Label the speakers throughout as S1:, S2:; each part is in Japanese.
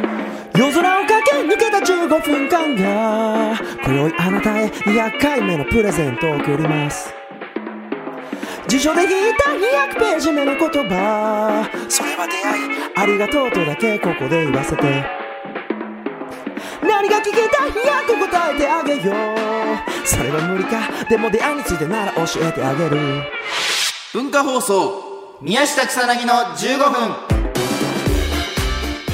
S1: 夜空を駆け抜けた15分間が今宵あなたへ200回目のプレゼントを贈ります辞書で引いた200ページ目の言葉それは出会いありがとうとだけここで言わせて何が聞きたいやと答えてあげようそれは無理かでも出会いについてなら教えてあげる
S2: 文化放送宮下草薙の15分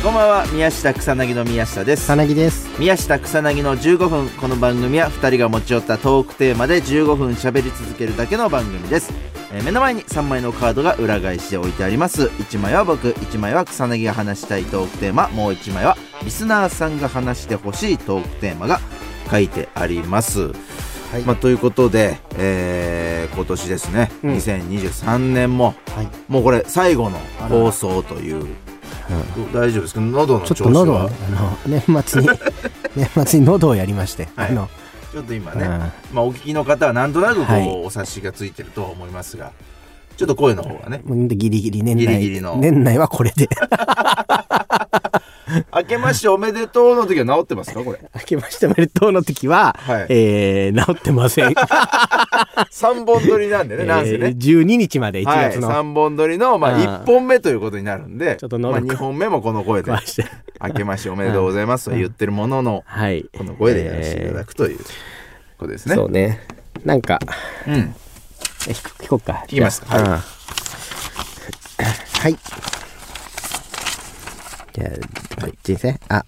S2: こんばんは宮下草薙の宮下です
S3: なぎです。
S2: 宮下草薙の15分この番組は2人が持ち寄ったトークテーマで15分喋り続けるだけの番組です、えー目の前に3枚のカードが裏返しで置いてあります1枚は僕1枚は草薙が話したいトークテーマもう1枚はリスナーさんが話してほしいトークテーマが書いてあります、
S3: はい
S2: まあ、ということで、えー今年ですね、
S3: うん
S2: 2023年も
S3: はい。
S2: もうこれ最後の
S3: あら
S2: 放送という、大丈夫ですか喉の
S3: ちょ
S2: 調
S3: っ
S2: 子
S3: と
S2: は
S3: 喉を、あの、年末 に、年末に喉をやりまして、
S2: はい
S3: あの、
S2: ちょっと今ね、
S3: うん
S2: まあ、お聞きの方はなんとなくこう、
S3: はい
S2: お察しがついてるとは思いますがちょっと声の方 がね
S3: ほんでギリギリ年内、
S2: ギリギリの
S3: 年内はこれで、
S2: 「明けましておめでとう」の時は治ってますか これ
S3: 明けましておめでとうの時は、
S2: はい
S3: えー、治って ません。
S2: 3本撮りなんでね、なんせ
S3: えー
S2: ね、
S3: 12日まで1
S2: はい、
S3: 月の、
S2: 3本撮りの、まあ、
S3: うん
S2: 1本目ということになるんで
S3: ちょっと喉
S2: まあ、2本目もこの声で
S3: 壊して
S2: 「明けましておめでとうございます」と言ってるものの、
S3: はい。
S2: この声でやらせていただくということです
S3: えー
S2: ね、
S3: そうね。なんか、
S2: うん
S3: え聞く聞こうか。聞
S2: きます
S3: はい。
S2: はい
S3: はい。じゃあ、こっちですね。あ、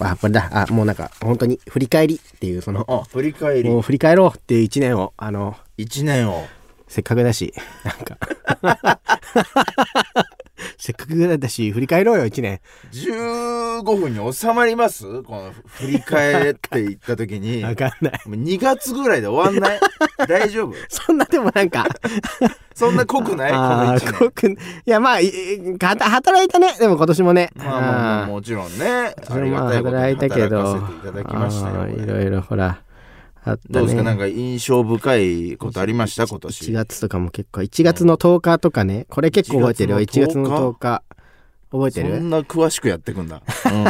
S3: あ、これだ。あ、もうなんか、本当に振り返りっていう、その、
S2: あ振り返り
S3: もう振り返ろうっていう一年を、あの、
S2: 1年を
S3: せっかくだし、なんか。 せっかくだし、振り返ろうよ、一年。
S2: 15分に収まりますこの振り返っていった時に
S3: わかんない。
S2: もう2月ぐらいで終わんない大丈夫
S3: そんなでもなんか、
S2: そんな濃くないこの
S3: あ
S2: 1
S3: ー
S2: 年
S3: こうくんいや、まあ、いいはた働いたね、でも今年もね。
S2: まあまあまあ
S3: あー
S2: もちろんね
S3: 私
S2: あ
S3: も
S2: り
S3: ま
S2: が
S3: あ
S2: たいことに
S3: 働いたけど、
S2: 働かせていただきましたよ
S3: あ
S2: こ
S3: ー
S2: れ
S3: いろいろほら、あったね。
S2: どうですかなんか印象深いことありました今
S3: 1
S2: 年
S3: 月とかも結構、1月の10日とかね、これ結構覚えてるよ、1
S2: 1
S3: 月
S2: 月の
S3: の
S2: 10
S3: 10日。覚え
S2: そ
S3: てる
S2: んな詳しくやってくんだ、うん、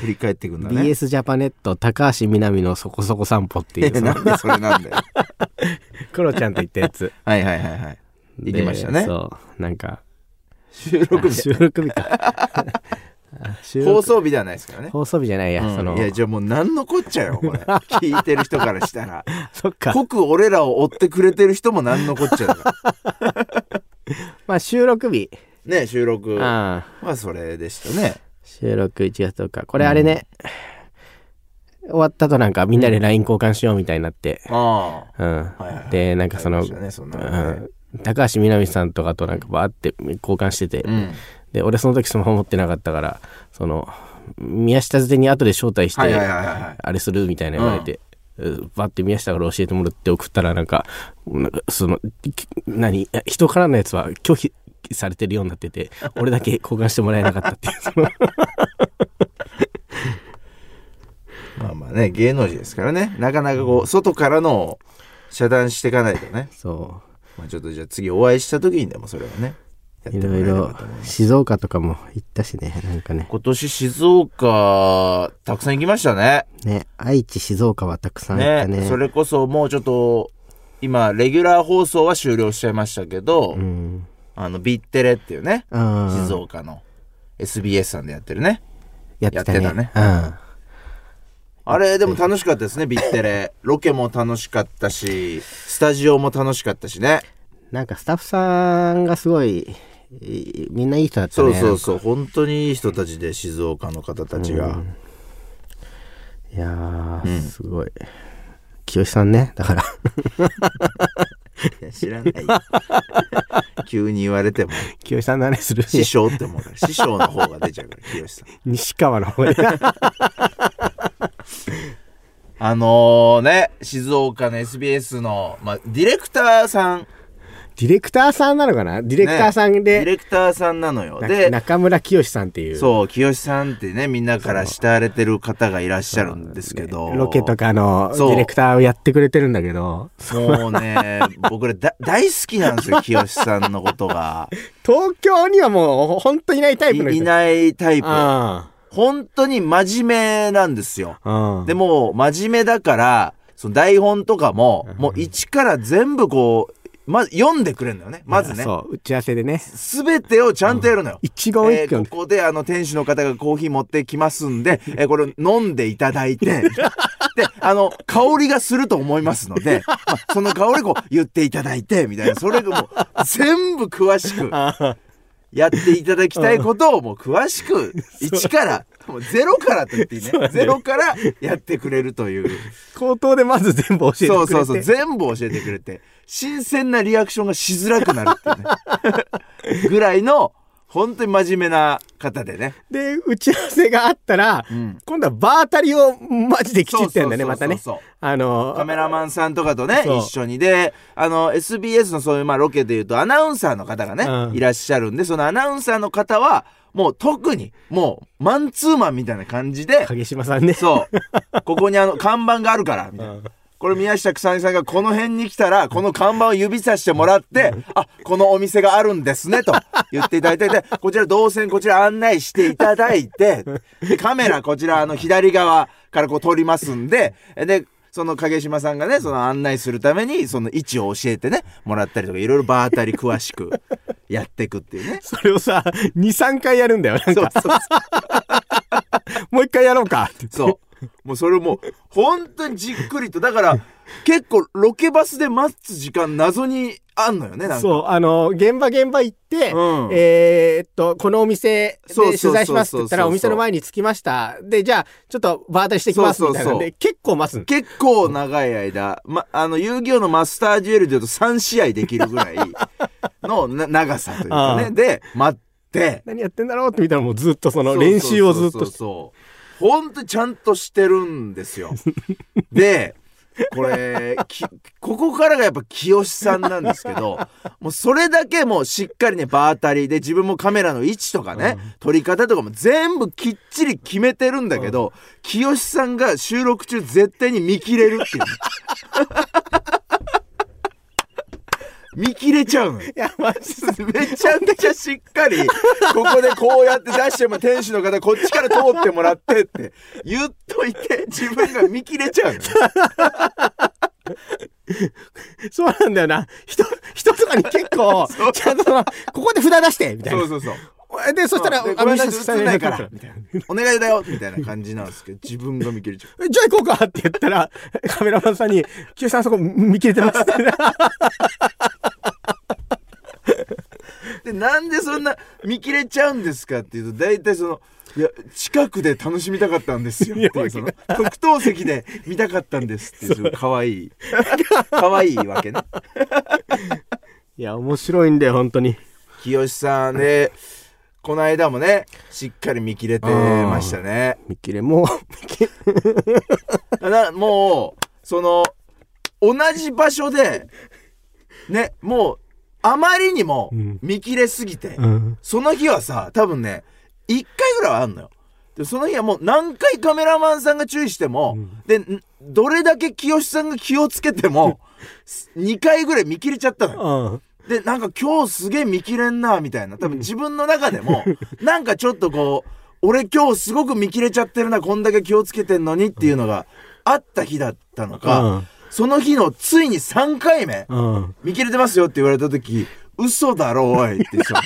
S2: 振り返ってくんだね
S3: ?BS ジャパネット高橋みなみのそこそこ散歩っていう、そ
S2: な
S3: の
S2: んでそれなんだよ
S3: クロちゃんと言ったやつ。
S2: はいはいはいはい行きました
S3: で
S2: ね
S3: そう、なんか、
S2: 収録日
S3: 収録日か。 あ収
S2: 放
S3: 録
S2: 送日ではないですからね
S3: 放送日じゃないや、
S2: うん
S3: その
S2: い、やじゃあもう何のこっちゃよ これ聞いてる人からしたら
S3: そっか。
S2: 濃く俺らを追ってくれてる人も何のこっちゃ だから
S3: まあ収録日。
S2: ね収録は
S3: ああ
S2: それでしたね
S3: 収録1月10日これあれね、終わったとなんかみんなで LINE 交換しようみたいになって、
S2: あ
S3: うん
S2: いはい
S3: でなんか
S2: あ
S3: その、
S2: ねそんな
S3: う
S2: のね
S3: ん、高橋みなみさんとかとなんかバーって交換してて、
S2: うん
S3: で俺その時スマホ持ってなかったからその宮下捨てに後で招待して、
S2: はいはいはいはい
S3: あれするみたいな言われて、うんバッて宮下から教えてもらって送ったらなんかなんかそのき何人からのやつは拒否されてるようになっ てて俺だけ交換してもらえなかったっていうその
S2: まあまあね芸能人ですからねなかなかこう外からの遮断していかないとね、
S3: そ
S2: まあ、ちょっとじゃあ次お会いした時にでもそれはねや
S3: う
S2: っ
S3: い
S2: てもら
S3: ろ
S2: え
S3: い
S2: ればと思
S3: ろ静岡とかも行ったしねなんかね
S2: 今年静岡たくさん行きましたね
S3: ね愛知静岡はたくさん行った
S2: ね
S3: ね
S2: それこそもうちょっと今レギュラー放送は終了しちゃいましたけど、
S3: うん
S2: あのビッテレっていうね
S3: あー
S2: 静岡の SBS さんでやってるね
S3: やってたね
S2: やって
S3: うん
S2: あれでも楽しかったですねビッテレ ロケも楽しかったしスタジオも楽しかったしね
S3: なんかスタッフさんがすごいいみんないい人だった
S2: そ
S3: ね
S2: うそうそう本当にいい人たちで静岡の方たちが
S3: いやー、すごい。清さんね、だから。
S2: いや知らない 急に言われても
S3: 清さんの話する
S2: 師匠って思うから師匠の方が出ちゃうから清さん
S3: 西川の 方で。
S2: あのね静岡の SBS の、まあ、ディレクターさん
S3: ディレクターさんなのかなディレクターさん
S2: デ
S3: で、
S2: ィレクターさんなのよ
S3: な
S2: で
S3: 中村清さんっていう。
S2: そう清さんってねみんなから慕われてる方がいらっしゃるんですけど、
S3: ロケとかのデ
S2: そう
S3: ィレクターをやってくれてるんだけど、
S2: もう ね僕らだ大好きなんですよ清さんのことが
S3: 東京にはもうほんといないタイプの
S2: い
S3: 人。
S2: いないタイプ
S3: あ
S2: 本当に真面目なんですよ。
S3: うん。
S2: でも、真面目だから、その台本とかも、もう一から全部こう、ま、読んでくれるのよね。まずね。
S3: そう、打ち合わせでね。
S2: すべてをちゃんとやるのよ。
S3: 一言
S2: え
S3: 一
S2: ー
S3: 句、
S2: ここであの店主の方がコーヒー持ってきますん で、えーこれを飲んでいただいて、で、あの、香りがすると思いますの で、まあその香りこう言っていただいて、みたいな、それがもう全部詳しくやっていただきたいことをもう詳しく、 一から、もうゼロからと言っていいね
S3: うだ。ね
S2: ゼロからやってくれるという。
S3: 口頭でまず全部教えてくれて。
S2: そうそうそう、全部教えてくれて、新鮮なリアクションがしづらくなるっていう ね。ぐらいの、本当に真面目な方でね。
S3: で、打ち合わせがあったら、
S2: ん
S3: 今度は場当たりをマジできちってやんだね、
S2: そう
S3: ま
S2: そ
S3: た
S2: うそう
S3: ね
S2: そう。
S3: あの
S2: カメラマンさんとかとね、
S3: そう
S2: 一緒に。で、あの、SBS のそういう、まあ、ロケでいうと、アナウンサーの方がね、
S3: うん
S2: いらっしゃるんで、そのアナウンサーの方は、もう特に、もう、マンツーマンみたいな感じで、
S3: 影島さんね。
S2: そう、ここにあの、看板があるから、みたいな。これ宮下草薙さんがこの辺に来たらこの看板を指さしてもらってあこのお店があるんですねと言っていただいてでこちら動線こちら案内していただいてでカメラこちらあの左側からこう撮りますんででその影島さんがねその案内するためにその位置を教えてねもらったりとかいろいろ場当たり詳しくやっていくっていうね。
S3: それをさ、2、3回やるんだよ。なん
S2: そう
S3: か、
S2: そう
S3: もう一回やろうかって。
S2: そう。もうそれをもう、本当にじっくりと。だから、結構ロケバスで待つ時間謎にあんのよね、なんか。
S3: そう、あの、現場現場行って、
S2: うん
S3: えーっと、このお店で
S2: そうそうそう
S3: 取
S2: そう
S3: 材しますって言ったら、お店の前に着きました。で、じゃあ、ちょっとバータリしてきますみたいなん
S2: そうそうそう
S3: で、結構待つん
S2: 結構長い間、ま、あの、遊戯王のマスタージュエルで言うと3試合できるぐらいのな長さというか
S3: あ
S2: ね。
S3: あ
S2: で、待って。
S3: 何やってんだろうって見たら、もうずっとその練習をずっ
S2: そう
S3: と
S2: そうそうそう。本当にちゃんとしてるんですよ。 で、これ、きここからがやっぱ清さんなんですけ ど、もうそれだけもうしっかりね、場当たりで自分もカメラの位置とかね、撮り方とかも全部きっちり決めてるんだけど、清さんが収録中絶対に見切れる っていう。見切れちゃうのよ。
S3: いや、マジで。
S2: めちゃくちゃしっかり、ここでこうやって出しても店主の方こっちから通ってもらってって言っといて自分が見切れちゃうの。
S3: そうなんだよな。人、人とかに結 構、ちゃんとその、ここで札出してみたい
S2: そう
S3: な。
S2: そうそう。
S3: で、そしたら、
S2: そうで
S3: あ
S2: ごめん
S3: 見
S2: な
S3: せ
S2: さい
S3: てされ
S2: 映んな
S3: ないい
S2: か
S3: からら。みたいな
S2: お願いだよみたいな感じなんですけど、自分が見切れちゃう。
S3: じゃあ行こうかって言ったら、 カメラマンさんに、清さんそこ見切れてますって。
S2: で、なんでそんな見切れちゃうんですかっていうと、大体その、いや、近くで楽しみたかったんですよっていう、その、特等席で見たかったんですっていう、その可愛い、可愛いわけね。
S3: いや、面白いんだよ、本当に。
S2: 清さんで、この間もね、しっかり見切れてましたね。
S3: 見切れも、見切れ
S2: なもう、その、同じ場所で、ね、もう、あまりにも
S3: ん
S2: 見切れすぎて、
S3: うん。
S2: その日はさ、多分ね、1回ぐらいはあんのよ。で、その日はもう何回カメラマンさんが注意しても、で、んどれだけ清さんが気をつけて も、2回ぐらい見切れちゃったのよ。
S3: うん。
S2: で、なんか今日すげえ見切れんな、みたいな。多分自分の中で も、なんかちょっとこう、俺今日すごく見切れちゃってるな、こんだけ気をつけてんのにっていうのがあった日だったのか、
S3: うん
S2: その日のついに3回目、
S3: うん。
S2: 見切れてますよって言われた時、嘘だろ、おいってさ。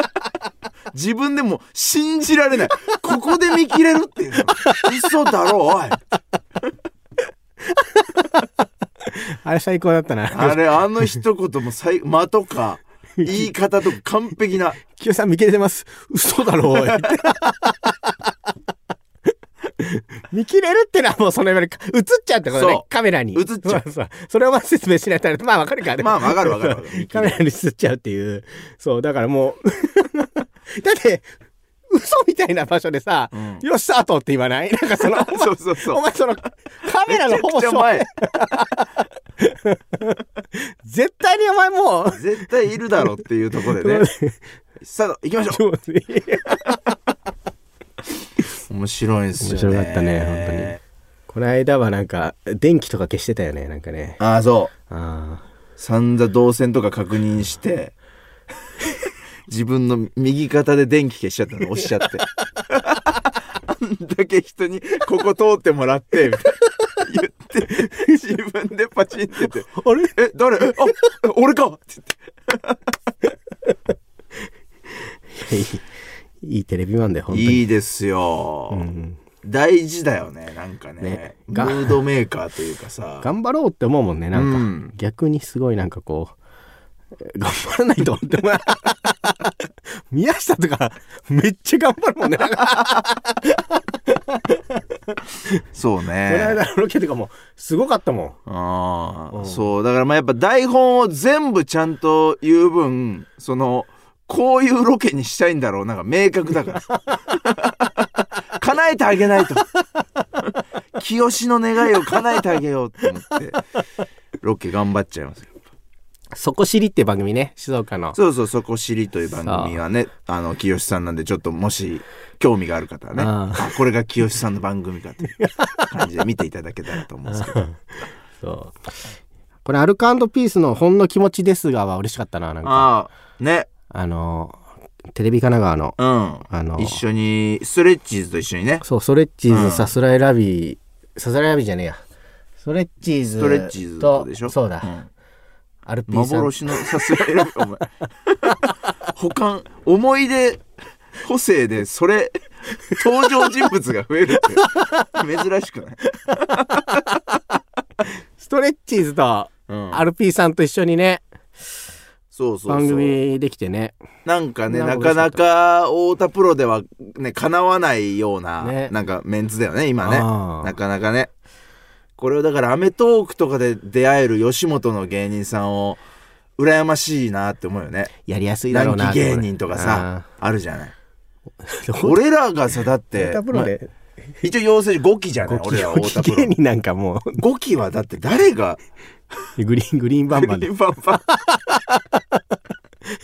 S2: 自分でも信じられない。ここで見切れるっていうの。嘘だろ、おい。
S3: あれ最高だったな。
S2: あれ、あの一言も最、間とか、言い方とか完璧な。
S3: 清さん見切れてます。嘘だろ、お い。見切れるってのはもうそのレベルか、映っちゃうってこと
S2: そう
S3: ね、カメラに。
S2: 映っちゃう
S3: そうそう。それをまず説明しないとあれ、まあわかるからね
S2: まあわかるわかるわかる
S3: そうカメラに映っちゃうっていう。そう、だからもう。 だって、嘘みたいな場所でさ、
S2: ん
S3: よっしゃーとって言わないなんかその、お前
S2: そうそうそう
S3: お前その、カメラの方
S2: めちゃくちゃ
S3: 正
S2: 前。
S3: 絶対にお前もう、
S2: 絶対いるだろっていうところ でね。さあ、行きましょ
S3: そうね
S2: う。面白いですよね。
S3: 面白かったね本当に。この間はなんか電気とか消してたよねなんかね
S2: ああ、そう。
S3: ああ
S2: 散々動線とか確認 して、自分の右肩で電気消しちゃったの押しちゃって。んだけ人にここ通ってもらって、みたいな言って、自分でパチンって言 って、
S3: あれ
S2: え、誰えあ、俺かって言って。
S3: いいいいテレビマンだよ、本当に。
S2: いいですよ、
S3: うん
S2: 大事だよね、なんかね。
S3: ね
S2: ムードメーカーというかさ。
S3: 頑張ろうって思うもんね、な
S2: うんん
S3: か。逆にすごいなんかこう、 え頑張らないと思って、お前 宮下とか、めっちゃ頑張るもん ね。なんか
S2: そう
S3: この
S2: ね。
S3: 間のロケとかも、すごかったもん。
S2: あ
S3: う
S2: あ、
S3: ん
S2: そう。だからまあやっぱ台本を全部ちゃんと言う分、その、こういうロケにしたいんだろうなんか明確だから さ。叶えてあげないと。清志の願いを叶えてあげようと思って、ロケ頑張っちゃいますよ。
S3: そこ知りって番組ね、静岡の。
S2: そうそう、そこ知りという番組はね、あの、清さんなんで、ちょっともし、興味がある方はね、
S3: あ
S2: あこれが清さんの番組かという感じで見ていただけたらと思うんですけど。
S3: そう。これ、アルカピースのほんの気持ちですがは嬉しかったな、なんか。
S2: ああ、ね、
S3: あの、テレビ神奈川の、
S2: うん。
S3: あの、
S2: 一緒に、ストレッチーズと一緒にね、
S3: そう、ストレッチー
S2: う
S3: ズ、
S2: ん
S3: さすらいラビー、さすらいラビーじゃねえや。ストレッチーズ
S2: ストレッチーズとでしょ
S3: そうだ、
S2: ん
S3: アルピーさん。
S2: 幻のさすらいラビーお前。保管、思い出、個性で、それ、登場人物が増えるっていう、珍しくない
S3: ストレッチーズと
S2: うん
S3: アルピーさんと一緒にね、
S2: そうそうそう。
S3: 番組できてね。
S2: なんかね、
S3: な
S2: なか
S3: んか嬉しかっ
S2: なか太田プロではね、叶わないような、
S3: ね
S2: なんかメンツだよね、今ね。
S3: あ
S2: な
S3: あ
S2: かなかね。これをだから、アメトークとかで出会える吉本の芸人さんを、羨ましいなって思うよね。
S3: やりやすいだろ
S2: 短
S3: うな
S2: 期
S3: って思うね。
S2: 芸人とかさ、あるじゃない。
S3: ああ。
S2: 俺らがさ、だって、
S3: 太田プロ
S2: まあ
S3: で、
S2: 一応養成所5期じゃない、
S3: ご
S2: 俺
S3: 機
S2: らは
S3: 嫌
S2: 太田プ
S3: になんかも
S2: ロ。5期はだって誰が、
S3: う、 グリーン、グリーンバンバ ンで。
S2: バンバン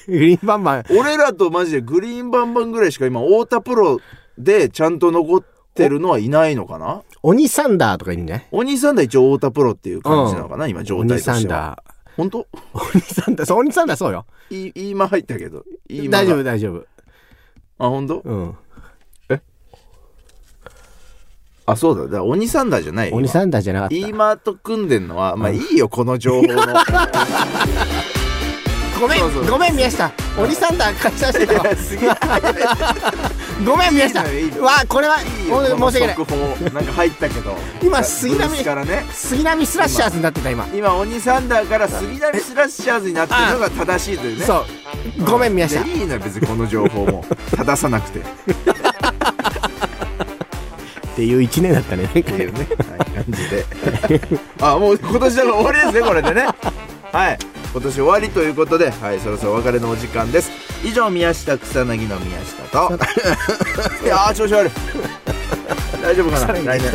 S3: グリーンバンバン。
S2: 俺らとマジでグリーンバンバンぐらいしか今、太田プロでちゃんと残ってるのはいないのかな
S3: 鬼サンダーとかいるんじゃない
S2: 鬼サンダー一応太田プロっていう感じなのかな、今状態と
S3: 鬼
S2: しては
S3: サンダー。
S2: 本当
S3: 鬼サンダー、そう、鬼サンダーそうよ。
S2: いい今入ったけどいい間が
S3: 大丈夫、大丈夫。
S2: あ本当
S3: うん。
S2: あそうだだから鬼サンダーじゃない
S3: 鬼サンダーじゃなかった。
S2: 今今と組んでんのはまあいいよこの情報の
S3: ごめん
S2: そうそう
S3: ごめん宮 下鬼サンダー解散してたわ
S2: すげえ
S3: ごめん宮下
S2: いいのよいいのよ
S3: わあこれはい
S2: いよ
S3: ほんと申し訳ない
S2: この速報なんか入ったけど
S3: 今杉並
S2: ブルースからね
S3: 杉並スラッシャーズになってた今
S2: 今鬼サンダーから杉並スラッシャーズになってるのが正しいというね
S3: そうごめん宮下
S2: でいいのよ別にこの情報 も正さなくてって
S3: いう一年だったね
S2: ていうね、はい、感じで あもう今年だから終わりですねこれでねはい今年終わりということで、はい、そろそろお別れのお時間です以上宮下草薙の宮下 といやー調子悪い大丈夫かな来年